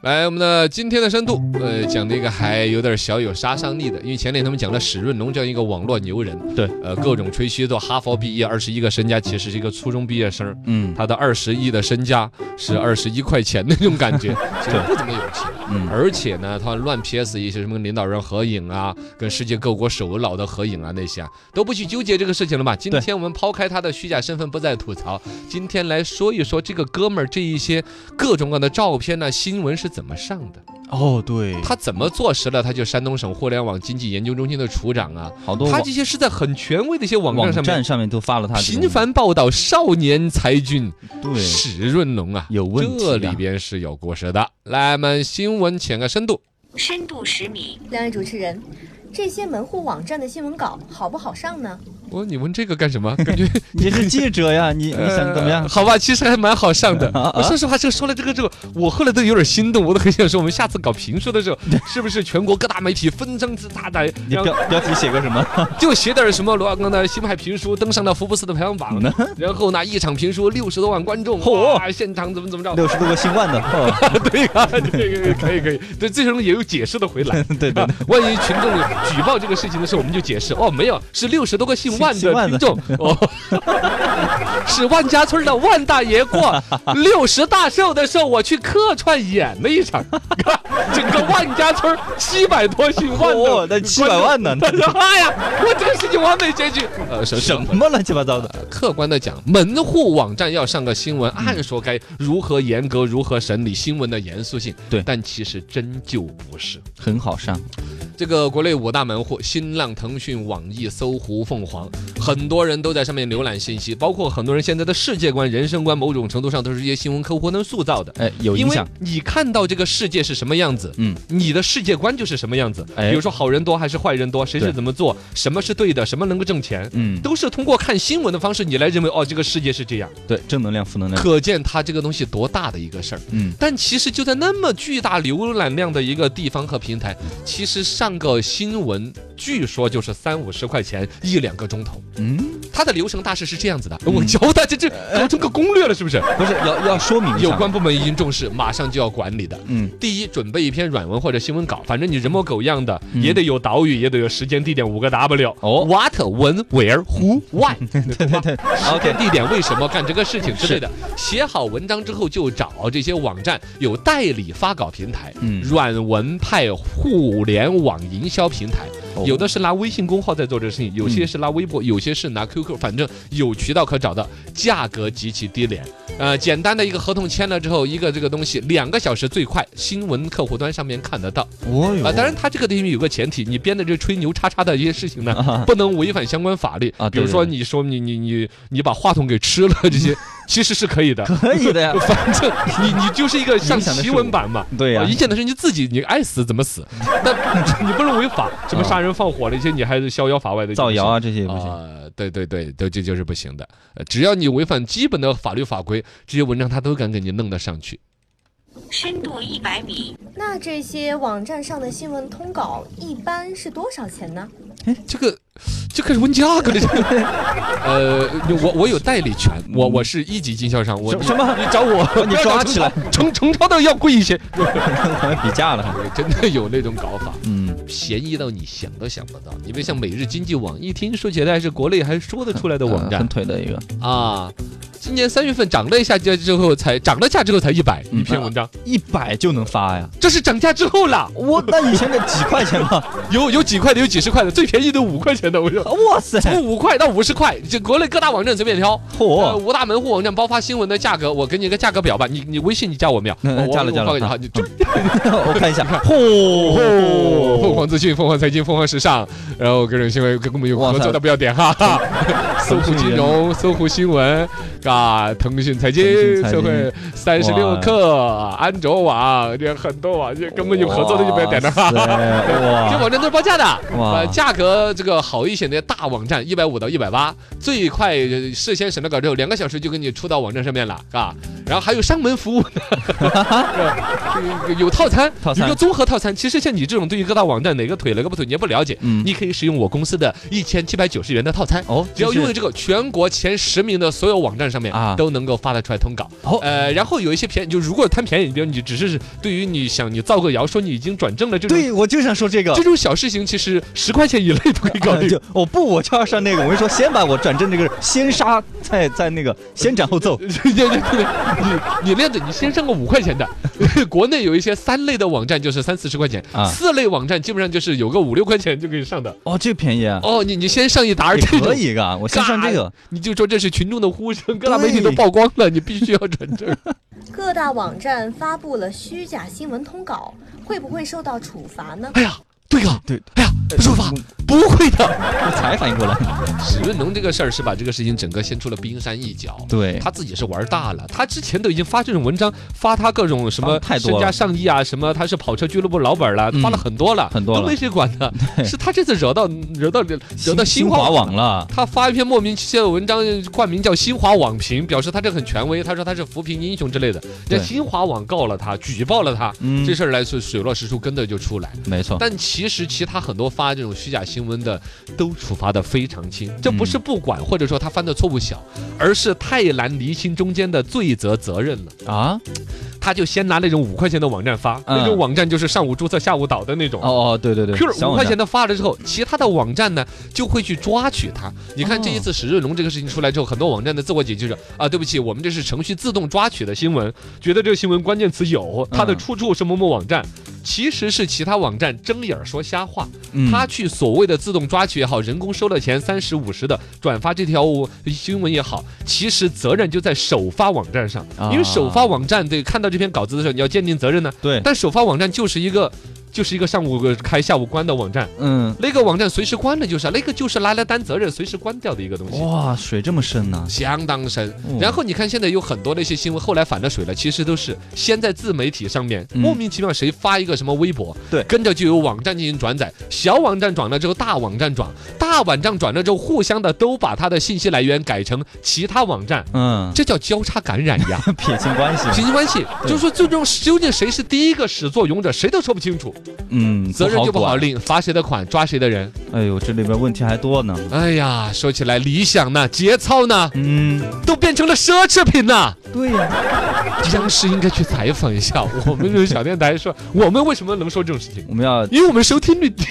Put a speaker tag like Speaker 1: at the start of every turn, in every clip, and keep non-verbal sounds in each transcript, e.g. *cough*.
Speaker 1: 来，我们的今天的深度，呃，讲的一个还有点小有杀伤力的，因为前两天他们讲了史润龙这样一个网络牛人，
Speaker 2: 对，
Speaker 1: 呃，各种吹嘘，都哈佛毕业，二十一个身家，其实是一个初中毕业生，
Speaker 2: 嗯
Speaker 1: 他的二十亿的身家是二十一块钱那种感觉，其实不怎么有钱。
Speaker 2: 嗯
Speaker 1: 而且呢，他乱 PS 一些什么领导人合影啊，跟世界各国首脑的合影啊那些啊，都不去纠结这个事情了嘛。今
Speaker 2: 对
Speaker 1: 天我们抛开他的虚假身份，不再吐槽，今天来说一说这个哥们儿这一些各种各样的照片呢、新闻是怎么上的，
Speaker 2: 哦，对，
Speaker 1: 他怎么坐实了他就山东省互联网经济研究中心的处长啊？
Speaker 2: 好多
Speaker 1: 他
Speaker 2: 网
Speaker 1: 这些是在很权威的一些网站
Speaker 2: 网
Speaker 1: 上面
Speaker 2: 站上面都发了他这个
Speaker 1: 频繁报道少年才俊。
Speaker 2: 对
Speaker 1: 史润龙啊，
Speaker 2: 有问题
Speaker 1: 这
Speaker 2: 的
Speaker 1: 里边是有故事的。来，我们新闻浅个深度，
Speaker 3: 深度十米，
Speaker 4: 两位主持人，这些门户网站的新闻稿好不好上呢？
Speaker 1: 哦，你问这个干什么？感觉
Speaker 2: 你是记者呀，你你想怎么样
Speaker 1: 呃？好吧，其实还蛮好上的
Speaker 2: 啊。
Speaker 1: 我说实话，这个说了这个之后，我后来都有点心动，我都很想说，我们下次搞评书的时候，是不是全国各大媒体纷争之大的，
Speaker 2: 你
Speaker 1: 然后
Speaker 2: 标标题写个什么？ *laughs*
Speaker 1: 就写点什么罗小刚的新派评书登上了福布斯的排行榜
Speaker 2: 呢，
Speaker 1: 然后呢，一场评书六十多万观众，
Speaker 2: 嚯
Speaker 1: 哇，现场怎么怎么着？
Speaker 2: 六十多个姓万的，哦 *laughs*
Speaker 1: 对啊，对，可以可以，对，这种也有解释的回来。
Speaker 2: 对对， *laughs*
Speaker 1: *laughs* 万一群众举报这个事情的时候，我们就解释哦，没有，是六十多个姓万
Speaker 2: 姓姓
Speaker 1: 的
Speaker 2: 万的
Speaker 1: 听众哦，
Speaker 2: *laughs*
Speaker 1: 是万家村的万大爷过六十大寿的时候，我去客串演了一场， *laughs* 整个万家村七百多姓万的，
Speaker 2: 哦，那七百万呢？那
Speaker 1: 他说：“ *laughs* 哎呀，我这个事情完美结局。”呃，什
Speaker 2: 什么乱七八糟的？
Speaker 1: 客观的讲，门户网站要上个新闻，
Speaker 2: 嗯
Speaker 1: 按说该如何严格，如何审理新闻的严肃性。
Speaker 2: 对
Speaker 1: 但其实真就不是。
Speaker 2: 很好上，
Speaker 1: 这个国内五大门户：新浪、腾讯、网易、搜狐、凤凰，很多人都在上面浏览信息，包括很多人现在的世界观、人生观，某种程度上都是一些新闻客户端塑造的。
Speaker 2: 哎，有
Speaker 1: 因
Speaker 2: 影
Speaker 1: 为
Speaker 2: 响。
Speaker 1: 你看到这个世界是什么样子，
Speaker 2: 嗯，
Speaker 1: 你的世界观就是什么样子。
Speaker 2: 哎
Speaker 1: 比如说好人多还是坏人多，谁
Speaker 2: 对
Speaker 1: 是怎么做，什么是对的，什么能够挣钱，
Speaker 2: 嗯，
Speaker 1: 都是通过看新闻的方式，你来认为哦，这个世界是这样。
Speaker 2: 对，正能量、负能量，
Speaker 1: 可见它这个东西多大的一个事儿。
Speaker 2: 嗯，
Speaker 1: 但其实就在那么巨大浏览量的一个地方和平台，其实上个新闻据说就是三五十块钱一两个钟头，
Speaker 2: 嗯，
Speaker 1: 它的流程大致是这样子的。我教大家这搞成个攻略了，嗯呃是不啊是？
Speaker 2: 不是要要说明一下
Speaker 1: 有关，部门已经重视，马上就要管理的。
Speaker 2: 嗯，
Speaker 1: 第一，准备一篇软文或者新闻稿，反正你人模狗样的，
Speaker 2: 嗯
Speaker 1: 也得有岛屿，也得有时间、地点五个 W。
Speaker 2: 哦
Speaker 1: ，What、When、Where、Who、Why，对
Speaker 2: *laughs*
Speaker 1: 吧
Speaker 2: 对
Speaker 1: 时间、地点、为什么干这个事情之
Speaker 2: 是
Speaker 1: 类的。写好文章之后，就找这些网站有代理发稿平台，
Speaker 2: 嗯
Speaker 1: 软文派互联网营销平台，
Speaker 2: 哦嗯
Speaker 1: 有的是拿微信公号在做这个事情，有些是拿微博，有些是拿 QQ，反正有渠道可找到，价格极其低廉。呃，简单的一个合同签了之后，一个这个东西两个小时最快，新闻客户端上面看得到。
Speaker 2: 哦哟
Speaker 1: 啊，当然，它这个东西有个前提，你编的这吹牛叉叉的一些事情呢，不能违反相关法律
Speaker 2: 啊
Speaker 1: 比
Speaker 2: 对
Speaker 1: 如说，
Speaker 2: 对
Speaker 1: 你说你你你你把话筒给吃了，这
Speaker 2: *laughs*
Speaker 1: 些其实是可以的。，
Speaker 2: 可以的呀
Speaker 1: 反正你你就是一个像
Speaker 2: 影响的
Speaker 1: 奇
Speaker 2: 是
Speaker 1: 闻
Speaker 2: 我
Speaker 1: 版嘛，
Speaker 2: *laughs* 对呀
Speaker 1: 啊，影响的是你自己，你爱死怎么死，但 *laughs* 你不能违法，什么杀人放火那些，你还是逍遥法外的
Speaker 2: *laughs* 造谣
Speaker 1: 啊。
Speaker 2: 啊这些也不行。
Speaker 1: 啊，对对对，都这就是不行的。呃只要你违反基本的法律法规，这些文章他都敢给你弄得上去。
Speaker 3: 深度一百米，
Speaker 4: 那这些网站上的新闻通稿一般是多少钱呢？
Speaker 1: 这个这开始问价格了，这个 *laughs* 呃，我我有代理权，我我是一级经销商，我
Speaker 2: 什什么
Speaker 1: 你找我，
Speaker 2: 把 *laughs* 你抓
Speaker 1: *laughs*
Speaker 2: 起来，
Speaker 1: 成成超的要贵一些，
Speaker 2: *laughs* 比价了还，
Speaker 1: 真的有那种搞法，
Speaker 2: 嗯，
Speaker 1: 便宜到你想都想不到。你别像每日经济网，一听说起来还是国内还说得出来的网
Speaker 2: 呃很
Speaker 1: 站
Speaker 2: 腿的一个，
Speaker 1: 啊。今年三月份涨了一下价之后才涨了价之后才一百
Speaker 2: 嗯
Speaker 1: 一篇文章，
Speaker 2: 一百就能发呀。
Speaker 1: 这是涨价之后啦，
Speaker 2: 我那以前得几块钱
Speaker 1: *laughs*
Speaker 2: 吧？
Speaker 1: 有有几块的，有几十块的，最便宜的五块钱的，
Speaker 2: *laughs*
Speaker 1: 我说。
Speaker 2: 哇塞，
Speaker 1: 从五块到五十块，这国内各大网站随便挑。呃，
Speaker 2: 嚯，
Speaker 1: 五大门户网站包发新闻的价格，我给你一个价格表吧。你你微信你加我没有？
Speaker 2: 嗯
Speaker 1: 我我
Speaker 2: 加了加了
Speaker 1: 我发给你
Speaker 2: 啊嗯
Speaker 1: 好，你这
Speaker 2: *laughs* 我看一
Speaker 1: *laughs*
Speaker 2: 下，嚯，
Speaker 1: 哦凤凰资讯、凤凰财经、凤凰时尚，然后各种新闻跟我们有合作
Speaker 2: 哇塞
Speaker 1: 的不要点哈哈。搜狐金融、搜狐新闻，是吧、嘎，腾讯财经
Speaker 2: 腾讯财经
Speaker 1: 社会三十六
Speaker 2: 哇
Speaker 1: 氪、安卓网，这很多网这根本就合作的就不要点了。
Speaker 2: 哇
Speaker 1: *laughs* 这
Speaker 2: 塞
Speaker 1: 网站都是报价的，
Speaker 2: 啊哇
Speaker 1: 呃，价格这个好一些的大网站一百五到一百八，最快呃事先审了稿之后，两个小时就给你出到网站上面了，啊，然后还有上门服务呢，
Speaker 2: *laughs*
Speaker 1: 呃有套餐，
Speaker 2: 套餐
Speaker 1: 有一个综合套餐。其实像你这种对于各大网站哪个腿哪个不腿你也不了解，
Speaker 2: 嗯
Speaker 1: 你可以使用我公司的一千七百九十元的套餐。
Speaker 2: 哦，
Speaker 1: 只要
Speaker 2: 就是
Speaker 1: 用了这个，全国前十名的所有网站上面
Speaker 2: 啊
Speaker 1: 都能够发得出来通稿。
Speaker 2: 哦
Speaker 1: 呃，然后有一些便宜，就如果贪便宜，比如你只是对于你想你造个谣说你已经转正了这种
Speaker 2: 对我就想说这个
Speaker 1: 这。种小事情其实十块钱以内都可以搞
Speaker 2: 啊
Speaker 1: 定。 *laughs*
Speaker 2: 就我不，我就要上那个。我跟你说，先把我转正这个，先杀，再再那个，先斩后奏。
Speaker 1: 对对对，你你那样子，你先上个五块钱的。 *laughs* 国内有一些三类的网站就是三四十块钱，
Speaker 2: 啊
Speaker 1: 四类网站基本上就是有个五六块钱就可以上的。
Speaker 2: 哦，这个便宜啊，
Speaker 1: 哦，你你先上一沓儿
Speaker 2: 也
Speaker 1: 这
Speaker 2: 可
Speaker 1: 种，
Speaker 2: 以啊，我先上这个。
Speaker 1: 你就说这是群众的呼声，各大媒体
Speaker 2: 对
Speaker 1: 都曝光了，你必须要转正。
Speaker 4: 各大网站发布了虚假新闻通稿，会不会受到处罚呢？
Speaker 1: 哎呀，对啊，
Speaker 2: 对，
Speaker 1: 哎呀，说法不会的。
Speaker 2: 我才反应过来。
Speaker 1: *laughs* 史润农这个事儿是把这个事情整个先出了冰山一角。
Speaker 2: 对，
Speaker 1: 他自己是玩大了，他之前都已经发这种文章，发他各种什么
Speaker 2: 啊太多
Speaker 1: 身家
Speaker 2: 了
Speaker 1: 上亿啊，什么他是跑车俱乐部老板了，
Speaker 2: 嗯
Speaker 1: 发了很多了，
Speaker 2: 很多
Speaker 1: 都
Speaker 2: 了
Speaker 1: 没谁管他。是他这次惹到惹到惹到
Speaker 2: 新
Speaker 1: 新
Speaker 2: 华
Speaker 1: 华
Speaker 2: 网。了。
Speaker 1: 他发一篇莫名其妙的文章，冠名叫“新华网评”，表示他这很权威，他说他是扶贫英雄之类的。
Speaker 2: 对
Speaker 1: 人家新华网告了他，举报了他，
Speaker 2: 嗯
Speaker 1: 这事儿来是水落石出，跟着就出来。
Speaker 2: 没错，
Speaker 1: 但其实其他很多发这种虚假新闻的，都处罚的非常轻。
Speaker 2: 嗯
Speaker 1: 这不是不管，或者说他犯的错误小，而是太难厘清中间的罪责责任了。
Speaker 2: 啊，
Speaker 1: 他就先拿那种五块钱的网站发，
Speaker 2: 嗯
Speaker 1: 那种网站就是上午注册下午倒的那种。
Speaker 2: 哦哦，对对对
Speaker 1: Q
Speaker 2: 小
Speaker 1: 五
Speaker 2: 网
Speaker 1: 块钱
Speaker 2: 站
Speaker 1: 的发了之后，其他的网站呢就会去抓取它。你看这一
Speaker 2: 哦
Speaker 1: 次史润龙这个事情出来之后，很多网站的自我解释就是啊，对不起，我们这是程序自动抓取的新闻，觉得这个新闻关键词有它的
Speaker 2: 嗯
Speaker 1: 出处是某某网站，其实是其他网站睁眼儿说瞎话。
Speaker 2: 嗯
Speaker 1: 他去所谓的自动抓取也好，人工收了钱三十五十的转发这条新闻也好，其实责任就在首发网站上，
Speaker 2: 啊
Speaker 1: 因为首发网站对看到这篇稿子的时候，你要鉴定责任呢。
Speaker 2: 对，
Speaker 1: 但首发网站就是一个就是一个上午开下午关的网站，
Speaker 2: 嗯，
Speaker 1: 那个网站随时关了就是啊，那个就是拿来担责任随时关掉的一个东西。
Speaker 2: 哇，水这么深呢、
Speaker 1: 相当深
Speaker 2: 哦。
Speaker 1: 嗯然后你看，现在有很多那些新闻，后来反了水了，其实都是先在自媒体上面
Speaker 2: 嗯
Speaker 1: 莫名其妙谁发一个什么微博，
Speaker 2: 对
Speaker 1: 跟着就有网站进行转载，小网站转了之后，大网站转，大网站转了之后，互相的都把它的信息来源改成其他网站，
Speaker 2: 嗯，
Speaker 1: 这叫交叉感染
Speaker 2: *laughs*
Speaker 1: 呀。
Speaker 2: 撇清关系，
Speaker 1: *laughs* 平行关系，就是说最终究竟谁是第一个始作俑者，谁都说不清楚，
Speaker 2: 嗯，
Speaker 1: 责任就不好
Speaker 2: 管。
Speaker 1: 领，罚谁的款，抓谁的人。
Speaker 2: 哎呦，这里边问题还多呢。
Speaker 1: 哎呀，说起来理想呢，节操呢，
Speaker 2: 嗯，
Speaker 1: 都变成了奢侈品呐。
Speaker 2: 对呀、
Speaker 1: 央视应该去采访一下我们这种小电台说，我们为什么能说这种事情？
Speaker 2: 我们要
Speaker 1: 因为我们收听率低，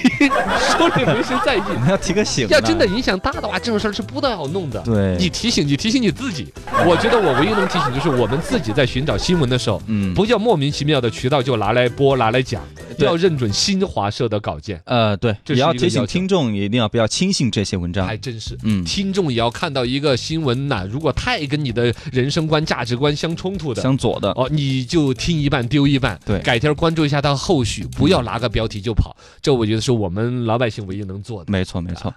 Speaker 1: 说了也没谁在意。
Speaker 2: 我们要提个 *laughs* 醒呢。
Speaker 1: *laughs* 要真的影响大的话，这种事儿是不太好弄的。
Speaker 2: 对
Speaker 1: 你提醒你提醒你自己。我觉得我唯一能提醒就是，我们自己在寻找新闻的时候，
Speaker 2: 嗯
Speaker 1: 不要莫名其妙的渠道就拿来播拿来讲，
Speaker 2: 对
Speaker 1: 要认准新华社的稿件。
Speaker 2: 呃，对，
Speaker 1: 这
Speaker 2: 也
Speaker 1: 是
Speaker 2: 要
Speaker 1: 一个
Speaker 2: 提醒
Speaker 1: 要求
Speaker 2: 听众一定要不要轻信这些文章
Speaker 1: 还。真是，
Speaker 2: 嗯
Speaker 1: 听众也要看到一个新闻呐、如果太跟你的人生观、价值观相冲突的，
Speaker 2: 向左的，
Speaker 1: 哦，你就听一半丢一半，
Speaker 2: 对
Speaker 1: 改天关注一下它后续，不要拿个标题就跑，这我觉得是我们老百姓唯一能做的。
Speaker 2: 没错没错。